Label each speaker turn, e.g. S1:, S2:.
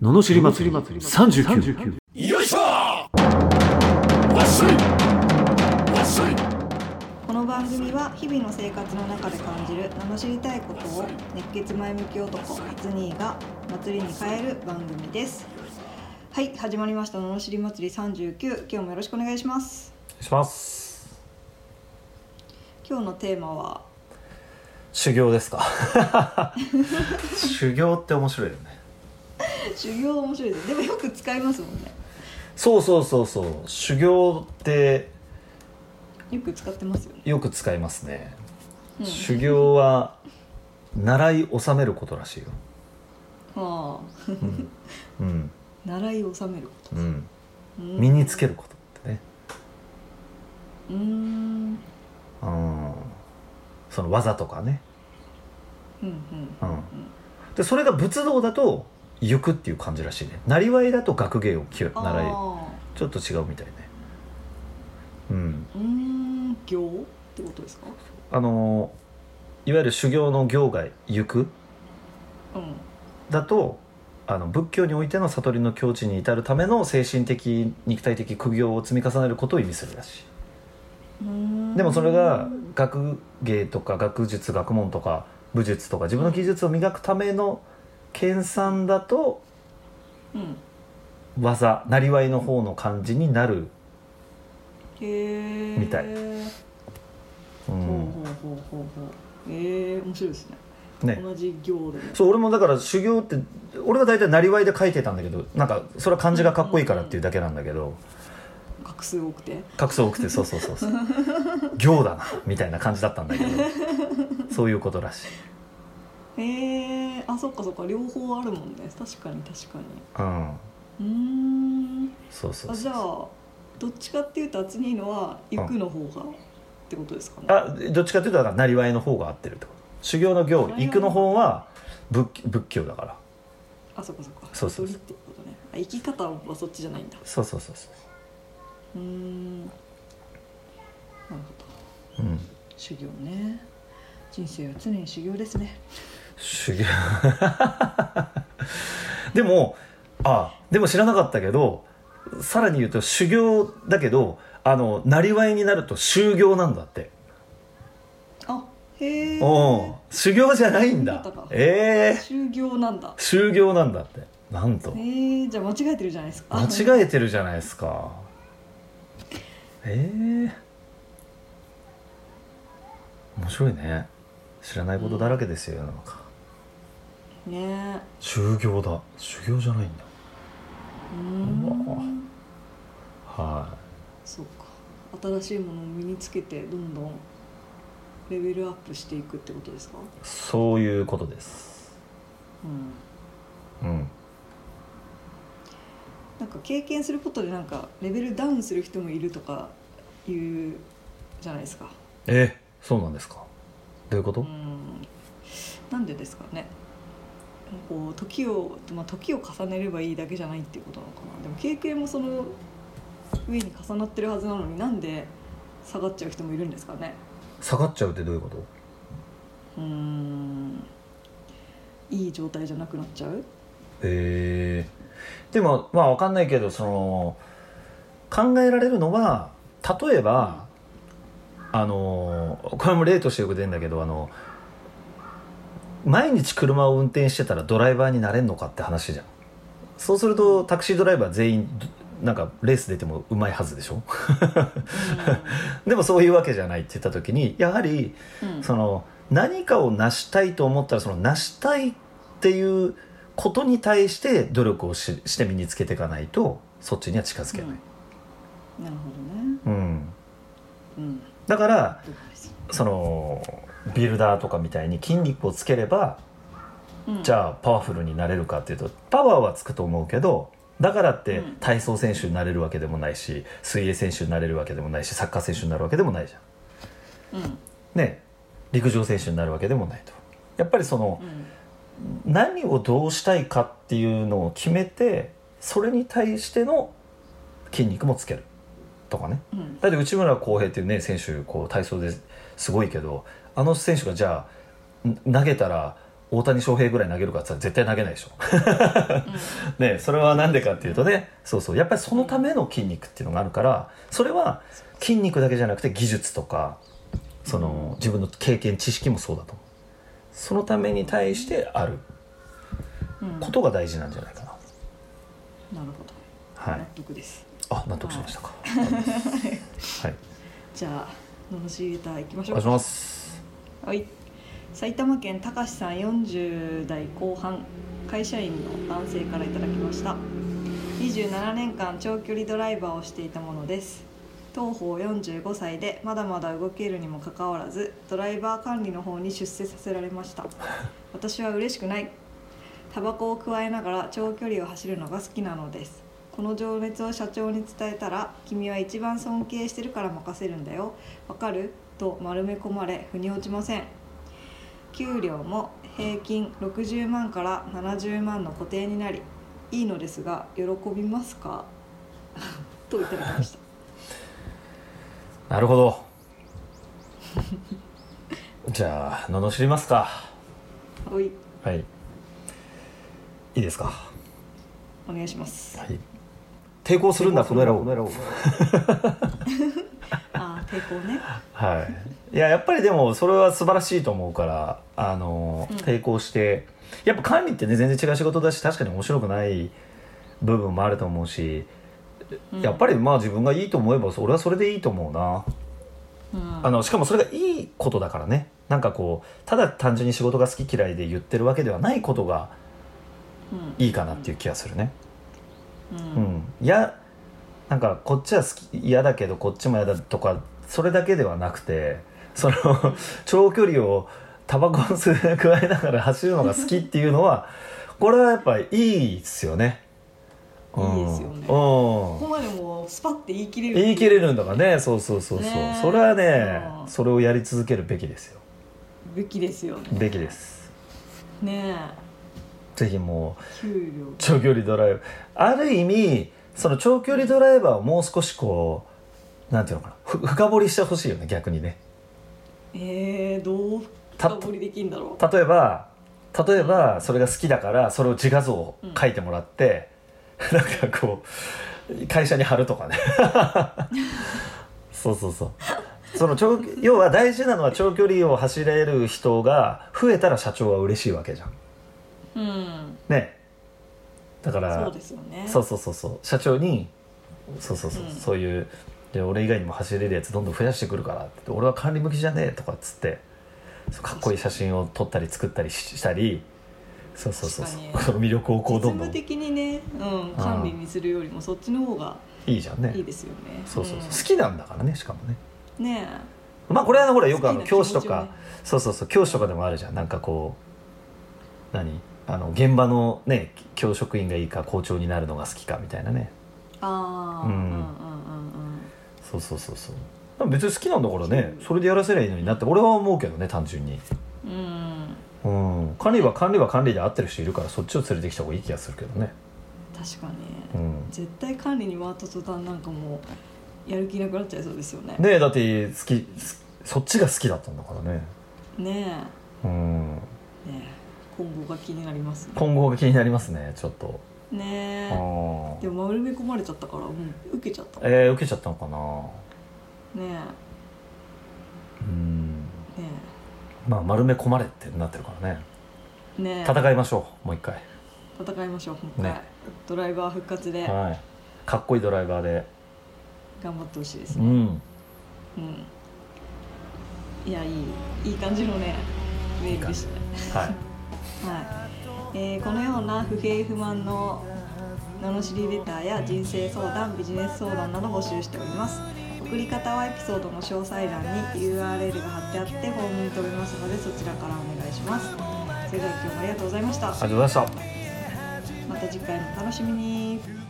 S1: ののしり祭り39
S2: よいしょわっしょいわっしょい
S3: この番組は日々の生活の中で感じる罵りたいことを熱血前向き男カツニーが祭りに変える番組ですはい始まりました罵り祭り39今日もよろしくお願いします
S4: お願いします
S3: 今日のテーマは
S4: 修行ですか 修行って面白いよね
S3: 修行面白いですでもよく使いますもんね
S4: そうそうそうそう修行って
S3: よく使ってますよね、
S4: よく使いますね、
S3: うん、
S4: 修行は習い納めることらしい よ
S3: はあ
S4: うんうん
S3: 習いを収めるこ
S4: うん
S3: とうん
S4: 身につけることってね
S3: うー
S4: う
S3: ん
S4: んその技とかね
S3: うんうん
S4: うんでそれが仏道だと行くっていう感じらしいねなりわいだと学芸をきゅ習い
S3: あ
S4: ちょっと違うみたいねうん
S3: ーうーん行ってことですか
S4: あのいわゆる修行の行が行く
S3: うん
S4: だとあの仏教においての悟りの境地に至るための精神的肉体的苦行を積み重ねることを意味するらし
S3: うーん
S4: いでもそれが学芸とか学術学問とか武術とか自分の技術を磨くための研鑽だと
S3: うん
S4: 技なりわいの方の感じになる、
S3: へえ
S4: みたいうん
S3: ほうほうほうほうほうへえ面白いですね
S4: ね
S3: 同じ行でも
S4: そう俺もだから修行って俺は大体なりわいで書いてたんだけどなんかそれは漢字がかっこいいからっていうだけなんだけど、
S3: 画数多くて
S4: 格差多くてそうそうそうそう行だなみたいな感じだったんだけどそういうことらしい、
S3: へえあそっかそっか両方あるもんね確かに確かに
S4: うん、
S3: うーん
S4: そうそう
S3: あじ
S4: そう
S3: ゃあどっちかっていうと厚いのは行くの方がってことですかね
S4: あどっちかというとだからなりわいの方が合ってるってこと修行の行
S3: なりわい
S4: 行くの方は仏仏教だから
S3: あそっかそっか
S4: そうそうそう
S3: 悟りってことねあ生き方はそっちじゃないんだ
S4: そうそうそうそう
S3: ーんなるほど
S4: う、うん、
S3: 修行ね人生は常に修行ですね
S4: 修行 でもあでも知らなかったけどさらに言うと修行だけどあのなりわいになると修行なんだって
S3: あへえ
S4: おう修行じゃないん
S3: そう
S4: だ
S3: だったか
S4: ええ
S3: 修行なんだ
S4: 修行なんだってなんと
S3: えー、じゃあ間違えてるじゃないですか
S4: 間違えてるじゃないですかええ面白いね知らないことだらけですよ、世の中
S3: えね
S4: 修行だ修行じゃないんだ
S3: えうーん
S4: は
S3: そうか新しいものを身につけてどんどんレベルアップしていくってことです
S4: い
S3: か
S4: そういうことです
S3: うん
S4: うん
S3: なんか経験することでなんかレベルダウンする人もいるとかいうじゃないですか
S4: えそうなんですかどういうこ
S3: う
S4: と
S3: んなんでですかねこう時を、まあ、時を重ねればいいだけじゃないっていうことなのかなでも経験もその上に重なってるはずなのになんで下がっちゃう人もいるんですかね
S4: 下がっちゃうってどういうこと
S3: うーんいい状態じゃなくなっちゃう
S4: へえでもまあわかんないけどその考えられるのは例えば、あのこれも例としてよく出るんだけどあの毎日車を運転してたらドライバーになれんのかって話じゃんそうするとタクシードライバー全員なんかレース出てもうまいはずでしょ でもそういうわけじゃないって言った時にやはり
S3: うん、
S4: その何かを成したいと思ったらその成したいっていうことに対して努力をしして身につけていかないとそっちには近づけない、
S3: うんなるほどね
S4: うん
S3: うん
S4: だから
S3: 了解です
S4: そのビルダーとかみたいに筋肉をつければ
S3: うん
S4: じゃあパワフルになれるかっていうとパワーはつくと思うけどだからって
S3: うん
S4: 体操選手になれるわけでもないし水泳選手になれるわけでもないしサッカー選手になるわけでもないじゃん。
S3: うんうん
S4: ね陸上選手になるわけでもないと。やっぱりその、何をどうしたいかっていうのを決めてそれに対しての筋肉もつけるとかね
S3: うん
S4: だって内村航平っていうね選手こう体操ですごいけどあの選手がじゃあん投げたら大谷翔平ぐらい投げるかって言ったら絶対投げないでしょ
S3: うん
S4: ね、それはなんでかっていうとねそうそうやっぱりそのための筋肉っていうのがあるからそれは筋肉だけじゃなくて技術とかその自分の経験知識もそうだと思うそのために対してある
S3: うん
S4: ことが大事なんじゃないかな、
S3: なるほど、
S4: は
S3: 納
S4: い
S3: 得です
S4: あ納得しましたかはい
S3: じゃあ罵りレターいきまし
S4: お
S3: ょ
S4: 願
S3: う
S4: いします
S3: はい埼玉県たかしさん40代後半会社員の男性からいただきました27年間長距離ドライバーをしていたものです当方45歳でまだまだ動けるにもかかわらずドライバー管理の方に出世させられました私は嬉しくないタバコを加えながら長距離を走るのが好きなのですこの情熱を社長に伝えたら「君は一番尊敬してるから任せるんだよわかる?」と丸め込まれ腑に落ちません給料も平均60万から70万の固定になりいいのですが喜びますか といただきました
S4: なるほどじゃあ罵りますか
S3: おい
S4: はいいいですか
S3: お願いします
S4: はい抵抗するんだこの野郎
S3: あー抵抗ね
S4: はい、いややっぱりでもそれは素晴らしいと思うからあの、
S3: うん
S4: 抵抗してやっぱ管理ってね全然違う仕事だし確かに面白くない部分もあると思うし、やっぱりまあ自分がいいと思えば俺はそれでいいと思うな、
S3: り、うん
S4: あのしかもそれがいいことだからねなんかこうただ単純に仕事が好き嫌いで言ってるわけではないことが
S3: うん
S4: いいかなっていう気がするね、
S3: う
S4: うんん、いやなんかこっちは好き嫌だけどこっちも嫌だとかそれだけではなくてその 長距離をタバコを吸い加えながら走るのが好きっていうのはこれはやっぱいいですよね。うん
S3: いいですよねここまでもうスパって言い切れ
S4: うん、
S3: る
S4: 言い切れるんだからねそうそうそうそう、
S3: ねえ
S4: それはね、
S3: うん
S4: それをやり続けるべきですよ
S3: べきですよね
S4: べきです
S3: ね
S4: ぜひもう
S3: え給料
S4: 長距離ドライバーある意味その長距離ドライバーをもう少しこうなんていうのかなふ深掘りしてほしいよね逆にね
S3: えー、どう
S4: た
S3: 深掘りできんだろ
S4: 例えば例えばそれが好きだからそれを自画像書いてもらって、 なんかこう会社に貼るとかね そうそうそうその長要は大事なのは長距離を走れる人が増えたら社長は嬉しいわけじゃん
S3: ううん
S4: ねだから
S3: そうですよね
S4: そうそうそうそう社長にそうそうそう、
S3: うん
S4: そういうで俺以外にも走れるやつどんどん増やしてくるからって言って俺は管理向きじゃねえとかっつってそうかっこいい写真を撮ったり作ったりししたりそうそうそうそう
S3: 確かに
S4: その魅力をこう
S3: 実
S4: どんど
S3: 務
S4: んい
S3: 的にね、うん、管理にするよりもそっちの方が
S4: いじゃんね
S3: いいですよね
S4: そうそうそう好きなんだからねしかもね
S3: うん、ね
S4: まあこれはねほら
S3: え
S4: よくあの
S3: 好きな
S4: 教
S3: 気持ち
S4: 師
S3: を
S4: と
S3: ね
S4: か、そうそうそう教師とかでもあるじゃんなんかこう何あの現場のね教職員がいいか校長になるのが好きかみたいなね
S3: ああ、う、
S4: うんん
S3: うんうんうん
S4: そうそうそうそうでも別に好きなんだからねそれでやらせりゃいいのになって俺は思うけどね単純に
S3: うん
S4: うん管理は管理は管理で合ってる人いるからそっちを連れてきた方がいい気がするけどね
S3: 確か
S4: う
S3: に
S4: ん
S3: 絶対管理に回った途端なんかもうやる気なくなっちゃいそうですよね
S4: ねえだって好きそっちが好きだったんだからね
S3: ね
S4: うん
S3: えねえ今後が気になりますね
S4: 今後が気になりますねちょっと
S3: ねえ
S4: あ
S3: でも丸め込まれちゃったからもう受けちゃったね
S4: えー、受けちゃったのかな
S3: えね
S4: うん
S3: え
S4: まあ丸め込まれってなってるからね
S3: ねえ
S4: 戦いましょうもう一回
S3: 戦いましょうもう一回、
S4: ね
S3: ドライバー復活で
S4: はいかっこいいドライバーで
S3: 頑張ってほしいです
S4: う
S3: ね、
S4: ん
S3: うんいやいいいい感じのねメールでしたね
S4: はい
S3: はいえーこのような不平不満の罵りレターや人生相談ビジネス相談など募集しております送り方はエピソードの詳細欄に URL が貼ってあってフォームに飛べますのでそちらからお願いしますそれでは今日もありがとうございました
S4: ありがとうございました
S3: また次回もお楽しみに